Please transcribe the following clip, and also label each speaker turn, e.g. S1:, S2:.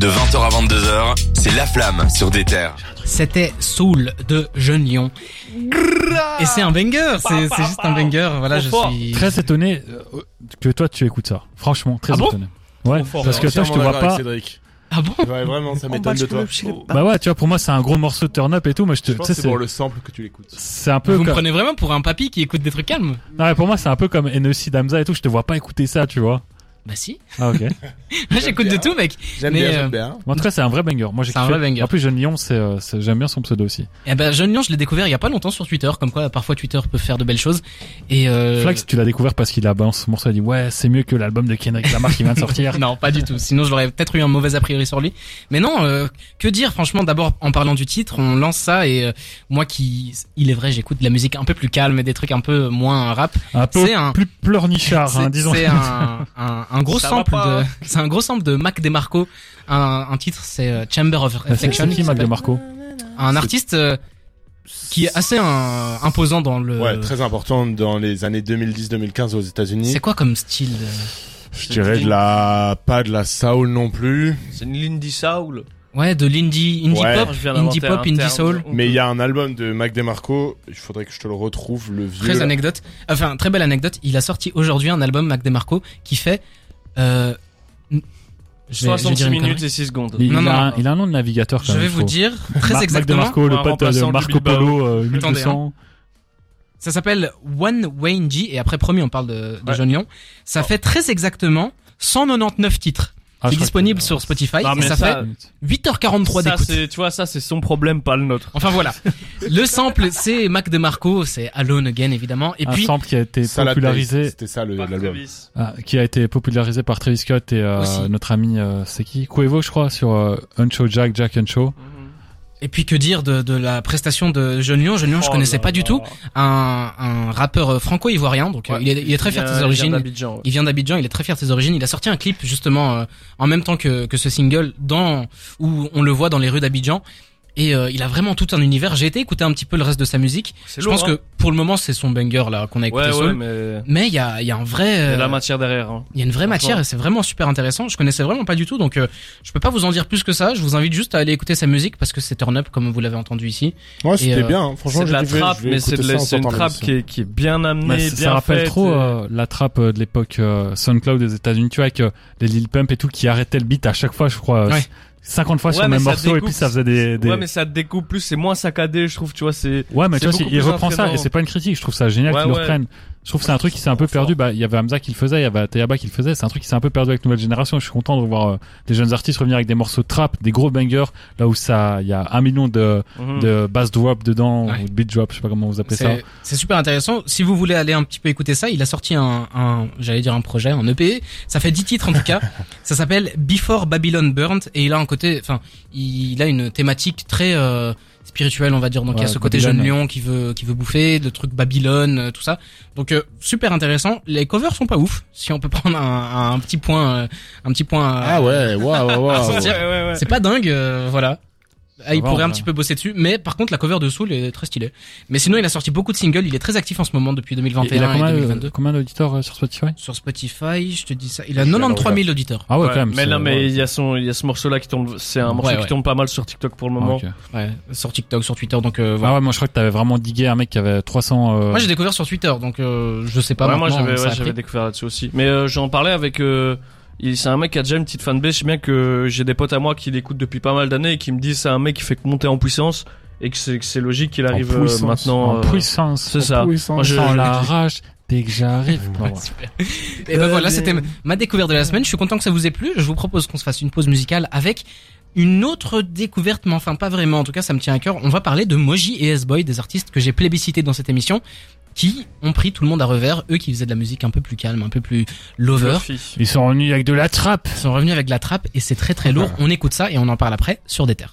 S1: De 20h à 22h, c'est La Flamme sur des terres.
S2: C'était Soul de Jeune Lion. Et c'est un banger, c'est c'est juste un banger. Voilà, je
S3: fort.
S2: suis.
S4: Très étonné euh, que toi tu écoutes ça. Franchement, très
S3: Ah bon
S4: étonné. ouais,
S3: Trop fort.
S4: parce que toi je te
S5: Entièrement
S4: vois
S5: d'accord avec
S4: pas.
S5: Cédric.
S2: Ah bon
S5: Ouais, vraiment, ça m'étonne de toi.
S4: Bah ouais, tu vois, pour moi c'est un gros morceau de turn up et tout. Moi je te.
S5: Je
S4: tu
S5: pense
S4: sais,
S5: que c'est
S4: c'est-
S5: pour le sample que tu l'écoutes.
S4: C'est un peu
S2: Vous me
S4: comme-
S2: prenez vraiment pour un papy qui écoute des trucs calmes
S4: Non, mais pour moi c'est un peu comme NEC Damza et tout. Je te vois pas écouter ça, tu vois.
S2: Bah si.
S4: Ah ok.
S2: Moi j'écoute de
S5: bien.
S2: tout, mec.
S5: J'aime
S2: Mais,
S5: bien,
S2: euh,
S5: j'aime bien.
S4: Mais en tout cas c'est un vrai banger. Moi j'ai
S2: C'est un
S4: kiffé.
S2: vrai banger.
S4: En plus Jeune Lion, c'est, euh, c'est- j'aime bien son pseudo aussi.
S2: Eh ben, Jeune Lion, je l'ai découvert il y a pas longtemps sur Twitter. Comme quoi, parfois Twitter peut faire de belles choses. Et euh...
S4: Flax, tu l'as découvert parce qu'il a balancé ce morceau. Il a dit ouais, c'est mieux que l'album de Kendrick Lamar qui vient de sortir.
S2: Non, pas du tout. Sinon, j'aurais peut-être eu un mauvais a priori sur lui. Mais non, euh, que dire Franchement, d'abord en parlant du titre, on lance ça et euh, moi qui, il est vrai, j'écoute de la musique un peu plus calme et des trucs un peu moins rap.
S4: Un peu
S2: C'est un-
S4: plus pleurnichard, hein,
S2: C'est
S4: disons.
S2: c'est un, un, un gros
S3: Ça
S2: sample
S3: va pas, hein.
S2: de, c'est un gros sample de Mac DeMarco. Un, un titre, c'est euh, Chamber of
S4: Ah, C'est
S2: Reflection.
S4: c'est qui
S2: qui
S4: Mac
S2: s'appelle.
S4: DeMarco
S2: un artiste euh, qui est assez un- imposant dans le.
S5: Ouais, très important dans les années 2010-2015 aux États-Unis.
S2: C'est quoi comme style euh
S5: Je dirais de la, pas de la soul non plus,
S3: C'est une Lindy Soul.
S2: Ouais, de l'indie, indie
S5: Ouais.
S2: pop, indie pop, indie soul.
S5: mais il y a un album de Mac DeMarco, il faudrait que je te le retrouve, le vieux.
S2: Très
S5: là.
S2: anecdote. Enfin, très belle anecdote. Il a sorti aujourd'hui un album Mac DeMarco qui fait. Euh, n- je vais- je vais
S3: 66
S2: dire une
S3: minutes
S2: connerie.
S3: et 6 secondes.
S4: Il,
S2: Non,
S4: il
S2: non,
S4: a, un-
S2: non.
S4: il a un nom de navigateur
S2: Je
S4: quand même.
S2: vais
S4: je
S2: vous
S4: trouve.
S2: dire très
S4: Mac-
S2: exactement.
S4: Mac DeMarco,
S3: Un
S4: le pote de
S3: remplaçant de
S4: Marco
S3: Bilbao.
S4: Polo, euh,
S2: Attendez, hein.
S4: 1200.
S2: Ça s'appelle One Wayne G et après promis on parle de, de
S3: Ouais.
S2: John Lyon. Ça fait très exactement 199 titres.
S4: Ah,
S2: qui est
S4: je crois
S2: disponible
S4: que-
S2: sur euh, Spotify
S3: Non,
S2: et
S3: mais
S2: ça,
S3: ça-
S2: fait 8h43
S3: ça,
S2: d'écoute.
S3: c'est, tu vois, ça, c'est son problème, pas le nôtre.
S2: Enfin voilà. le sample c'est Mac DeMarco, c'est Alone Again évidemment et
S4: un
S2: puis
S4: sample qui a été
S5: Ça, la thèse,
S4: popularisé,
S5: C'était ça, le-
S3: Pas
S5: l'album.
S3: Travis.
S4: ah, qui a été popularisé par Travis Scott et euh,
S2: Aussi.
S4: notre ami, euh, c'est qui Cuevo, je crois, sur euh, Unshow Jack, Jack Unshow.
S2: et puis que dire de, de la prestation de John Lyon, John Lyon je
S3: Oh
S2: connaissais
S3: là
S2: pas du
S3: là.
S2: tout, un, un rappeur euh, franco-ivoirien donc euh,
S3: Ouais,
S2: il, est, il est très fier de
S3: vient-
S2: ses
S3: Il vient
S2: origines.
S3: d'Abidjan, ouais.
S2: Il vient d'Abidjan, il est très fier de ses origines. Il a sorti un clip justement euh, en même temps que, que ce single, dans où on le voit dans les rues d'Abidjan. Et euh, il a vraiment tout un univers. J'ai été écouter un petit peu le reste de sa musique.
S3: C'est
S2: Je
S3: lourd,
S2: pense
S3: hein.
S2: que pour le moment c'est son banger là qu'on a écouté
S3: Ouais, ouais,
S2: seul.
S3: mais.
S2: Mais il y a, il y a un vrai,
S3: Il y a
S2: euh,
S3: de la matière derrière. hein.
S2: il y a une vraie
S3: Franchement.
S2: matière et c'est vraiment super intéressant. Je connaissais vraiment pas du tout, donc euh, je peux pas vous en dire plus que ça. Je vous invite juste à aller écouter sa musique parce que c'est turn up comme vous l'avez entendu ici.
S5: Ouais, c'était
S2: Et, euh,
S5: bien, hein.
S3: C'est de
S5: franchement, j'ai
S3: la
S5: kiffé,
S3: trappe,
S5: je vais
S3: mais c'est de
S5: écouter
S3: la-
S5: ça en
S3: c'est une
S5: sortant
S3: trappe
S5: l'émission.
S3: qui est, qui est bien
S4: Mais
S3: amenée,
S4: ça,
S3: bien
S4: ça rappelle
S3: faite,
S4: trop
S3: et-
S4: euh, la trappe euh, de l'époque euh, SoundCloud des États-Unis, tu vois, avec euh, les Lil Pump et tout qui arrêtaient le beat à chaque fois, je crois, euh,
S2: Ouais.
S4: 50 fois sur
S3: Ouais,
S4: le
S3: mais
S4: même
S3: ça
S4: morceau et
S3: découpe.
S4: puis ça faisait
S2: euh,
S4: des. des-
S3: Ouais, mais ça te découpe plus, c'est moins saccadé, je trouve, tu vois, c'est.
S4: Ouais,
S3: C'est
S4: mais tu vois,
S3: beaucoup
S4: il
S3: plus
S4: reprend ça
S3: entraînant.
S4: et c'est pas une critique. Je trouve ça génial
S3: Ouais,
S4: qu'il le
S3: ouais.
S4: reprenne. Je trouve que c'est un truc qui s'est un peu perdu. Bah, il y avait Hamza qui le faisait, il y avait Tayaba qui le faisait. C'est un truc qui s'est un peu perdu avec Nouvelle Génération. Je suis content de voir euh, des jeunes artistes revenir avec des morceaux de trap, des gros bangers, là où ça, il y a un million de,
S3: Mhm.
S4: de bass drop dedans,
S2: Ouais.
S4: ou de beat drop, je sais pas comment vous appelez ça.
S2: C'est c'est super intéressant. Si vous voulez aller un petit peu écouter ça, il a sorti un, un j'allais dire un projet, un EP. Ça fait 10 titres en tout cas. ça s'appelle Before Babylon Burnt et il a un côté, enfin, il a une thématique très euh, spirituelle, on va dire. Donc il y a
S4: Ouais,
S2: ce côté
S4: Babylone.
S2: jeune lion qui veut qui veut bouffer, le truc Babylone, euh, tout ça. Donc euh, super intéressant. Les covers sont pas ouf. Si on peut prendre un, un petit point, euh, un petit point. euh,
S5: Ah ouais, waouh, waouh,
S2: à
S5: waouh.
S2: sortir.
S3: Ouais, ouais, ouais.
S2: C'est pas dingue, euh, voilà. Ah, il
S4: va,
S2: pourrait
S4: on
S2: un
S4: va.
S2: petit peu bosser dessus, mais par contre la cover de Soul est très stylée. Mais sinon il a sorti beaucoup de singles, il est très actif en ce moment depuis
S4: Et il a
S2: 2021 et,
S4: combien, euh,
S2: 2022.
S4: combien d'auditeurs euh, sur Spotify?
S2: Sur Spotify, je te dis ça, il a
S5: Je vais
S2: 93 000 auditeurs.
S4: Ah ouais,
S3: Ouais,
S4: quand même.
S3: Mais
S4: c'est-
S3: non, mais
S4: ouais.
S3: il y a son, il y a ce morceau-là qui tombe, c'est un
S2: Ouais,
S3: morceau
S2: ouais.
S3: qui tombe pas mal sur TikTok pour le
S4: Ah,
S3: moment.
S4: ok.
S2: Ouais, sur TikTok, sur Twitter, donc euh,
S4: Ah
S2: voilà.
S4: ouais, moi je crois que t'avais vraiment digué un mec qui avait 300, euh,
S2: Moi j'ai découvert sur Twitter, donc euh, je sais pas.
S3: Ouais, moi
S2: maintenant,
S3: j'avais,
S2: ça
S3: ouais,
S2: a
S3: j'avais
S2: pris.
S3: découvert là-dessus aussi. Mais euh, j'en parlais avec, euh, il, c'est un mec qui a déjà une petite fanbase. Je sais bien que j'ai des potes à moi qui l'écoutent depuis pas mal d'années et qui me disent c'est un mec qui fait que monter en puissance et que c'est, que c'est logique qu'il
S4: en
S3: arrive euh,
S4: puissance,
S3: maintenant.
S4: En
S3: euh,
S4: puissance.
S3: c'est ça. Moi, je-
S4: Sans
S3: je-
S4: la rage, dès que j'arrive. Non, ouais.
S2: Et ben voilà, c'était ma découverte de la semaine. Je suis content que ça vous ait plu. Je vous propose qu'on se fasse une pause musicale avec une autre découverte, mais enfin pas vraiment. En tout cas, ça me tient à cœur. On va parler de Moji et S-Boy, des artistes que j'ai plébiscités dans cette émission, qui ont pris tout le monde à revers. Eux qui faisaient de la musique un peu plus calme, un peu plus lover,
S3: Fluffy.
S4: Ils sont revenus avec de la trappe.
S2: sont revenus avec de la trappe et c'est très très lourd. On écoute ça et on en parle après sur des terres.